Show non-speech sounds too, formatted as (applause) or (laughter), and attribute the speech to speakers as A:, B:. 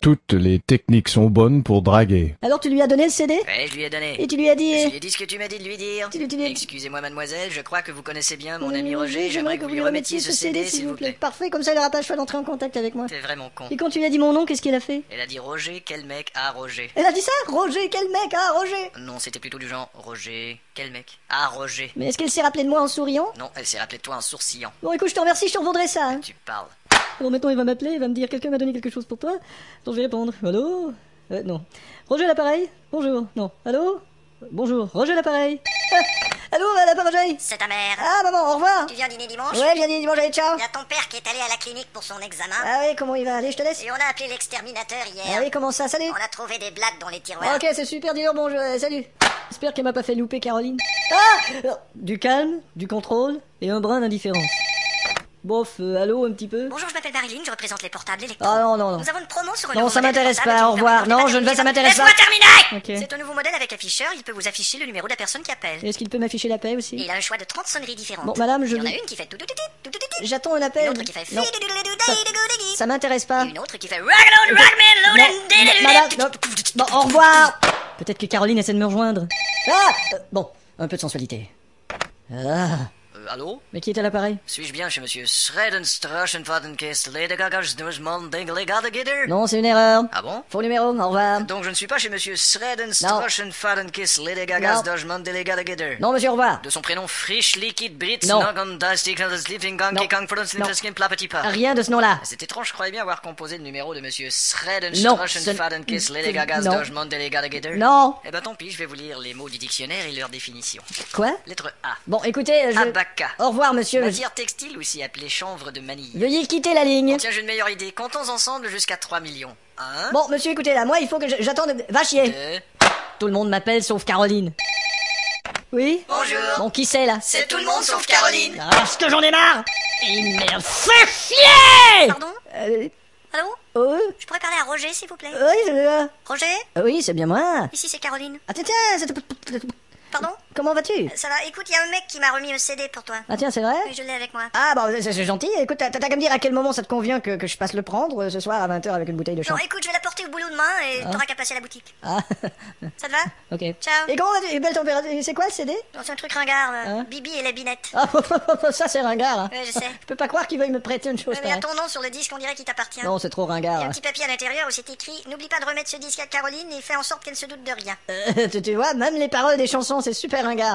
A: Toutes les techniques sont bonnes pour draguer.
B: Alors tu lui as donné le CD
C: Ouais, je lui ai donné.
B: Et tu lui as dit... eh,
C: Je lui ai dit ce que tu m'as dit de lui dire.
B: Tu lui- tu lui-
C: Excusez-moi, mademoiselle, je crois que vous connaissez bien mon
B: euh,
C: ami Roger.
B: J'aimerais que vous lui remettiez ce CD, s'il vous plaît. Parfait, comme ça il aura pas le choix d'entrer en contact avec moi.
C: T'es vraiment con.
B: Et quand tu lui as dit mon nom, qu'est-ce qu'il a fait
C: Elle a dit Roger, quel mec Ah, Roger.
B: Elle a dit ça Roger, quel mec, ah Roger
C: Non, c'était plutôt du genre Roger, quel mec Ah, Roger.
B: Mais est-ce qu'elle s'est rappelée de moi en souriant
C: Non, elle s'est rappelée de toi en sourcillant.
B: Bon écoute, je te remercie, je te revaudrai ça. hein.
C: Tu parles.
B: Bon, maintenant, il va m'appeler, il va me dire quelqu'un m'a donné quelque chose pour toi. Donc, je vais répondre. Allô Euh, Non. Roger à l'appareil Bonjour. Non. Allô Bonjour. Roger à l'appareil (laughs) Ah, Allô à l'appareil
D: C'est ta mère.
B: Ah, maman, au revoir
D: Tu viens dîner dimanche
B: Ouais, j'ai dit dimanche, allez, ciao
D: Il y a ton père qui est allé à la clinique pour son examen.
B: Ah oui, comment il va Allez, je te laisse.
D: Et on a appelé l'exterminateur
B: Ah
D: hier.
B: oui, comment ça Salut
D: On a trouvé des blattes dans les tiroirs.
B: Ok, c'est super, dis-leur bonjour, euh, salut J'espère qu'elle m'a pas fait louper, Caroline. Ah Non. Du calme, du contrôle et un brin d'indifférence. Bof, euh, allô, un petit peu
D: Bonjour, je m'appelle Marilyn, je représente les portables électriques.
B: Ah non, non, non.
D: Nous avons une promo sur le
B: Non,
D: nouveau
B: ça
D: modèle de
B: m'intéresse pas,
D: portable qui
B: au
D: vous
B: revoir.
D: permet de
B: Non,
D: contacter
B: je ne veux-
D: les
B: ça
D: gens.
B: m'intéresse
D: Laisse-moi
B: pas.
D: terminer
B: Ok.
D: C'est un nouveau modèle avec afficheur, il peut vous afficher le numéro de la personne qui appelle.
B: Est-ce qu'il peut m'afficher la paix aussi
D: Et il a un choix de 30 sonneries différentes.
B: Bon, madame, je
D: Il y en a
B: vais-
D: une qui fait tout tout tout tout tout tout tout.
B: J'attends un
D: Une
B: appel.
D: autre qui fait
B: Non,
D: fi-di-dou-dou-dou-dou-dou-dou-dou-dou.
B: ça m'intéresse pas.
D: Et une autre qui fait rock-alone, rockman,
B: Non,
D: loaded, diddle-diddle.
B: madame, non. Bon, au revoir Peut-être que Caroline essaie de me rejoindre. Ah Euh, Bon, un peu de sensualité. Ah
C: Euh, allô
B: Mais qui est à l'appareil
C: Suis-je bien chez monsieur Schredenstrachenfadenkist, Ledegagarsdusmondenglegadagider
B: Non, c'est une erreur.
C: Ah bon
B: Faux numéro, au revoir.
C: Donc je ne suis pas chez monsieur Schredenstrachenfadenkist, Ledegagarsdusmondenglegadagider
B: Non, monsieur, au revoir.
C: De son prénom Frisch Liquid Brits,
B: Non. Non.
C: Pas. Ah,
B: Rien de ce nom-là.
C: C'est étrange, je croyais bien avoir composé le numéro de monsieur
B: Non,
C: Schredenstrachenfadenkist,
B: ce- non.
C: Ledegagarsdusmondenglegadagider
B: Non.
C: Eh ben tant pis, je vais vous lire les mots du dictionnaire et leur définition.
B: Quoi
C: Lettre A.
B: Bon,
C: Ah,
B: écoutez, je...
C: Abaca.
B: Au revoir, monsieur.
C: Matière textile aussi appelée chanvre de manille.
B: Veuillez quitter la ligne.
C: Tiens, j'ai une meilleure idée. Comptons ensemble jusqu'à 3 millions. 1,
B: Bon, monsieur, écoutez, là, moi, il faut que je- j'attende... Va chier
C: 2...
B: Tout le monde m'appelle, sauf Caroline. Oui
C: Bonjour.
B: Bon, qui c'est, là
C: C'est tout le monde sauf Caroline.
B: Ah, ce que j'en ai marre Il me fait chier
D: Pardon
B: Euh...
D: Allô
B: Oh,
D: Je pourrais parler à Roger, s'il vous plaît
B: oui, euh,
D: Roger
B: oui, c'est bien moi.
D: Ici, c'est Caroline.
B: Ah tiens, tiens, c'est-
D: Pardon
B: comment vas-tu
D: Ça va, écoute, il y a un mec qui m'a remis un CD pour toi.
B: Ah tiens, c'est vrai
D: Oui, je l'ai avec moi.
B: Ah bah c'est c'est gentil, écoute, t'as t'as qu'à me dire à quel moment ça te convient que, que je passe le prendre euh, ce soir à 20h avec une bouteille de
D: Non,
B: champagne.
D: écoute, je vais la porter au boulot demain et
B: Hein
D: t'auras qu'à passer à la boutique.
B: Ah, (laughs)
D: Ça te va
B: ok.
D: Ciao.
B: Et comment vas-tu Belle température, c'est quoi le CD
D: Non, c'est un truc ringard, euh,
B: Hein
D: Bibi et la binette.
B: Ah, (laughs) ça c'est ringard. hein. (laughs)
D: Ouais, je sais.
B: Je peux pas croire qu'ils veuillent me prêter une chose
D: Ouais, mais à
B: pareille.
D: ton nom sur le disque, on dirait qu'il t'appartient.
B: Non, c'est trop
D: Il y a
B: ringard.
D: un petit papier à l'intérieur où c'est écrit N'oublie pas de remettre ce disque à Caroline et fais en sorte qu'elle se doute de rien.
B: hein. (laughs) Euh, tu, tu vois, même les paroles des chansons, c'est super ringard.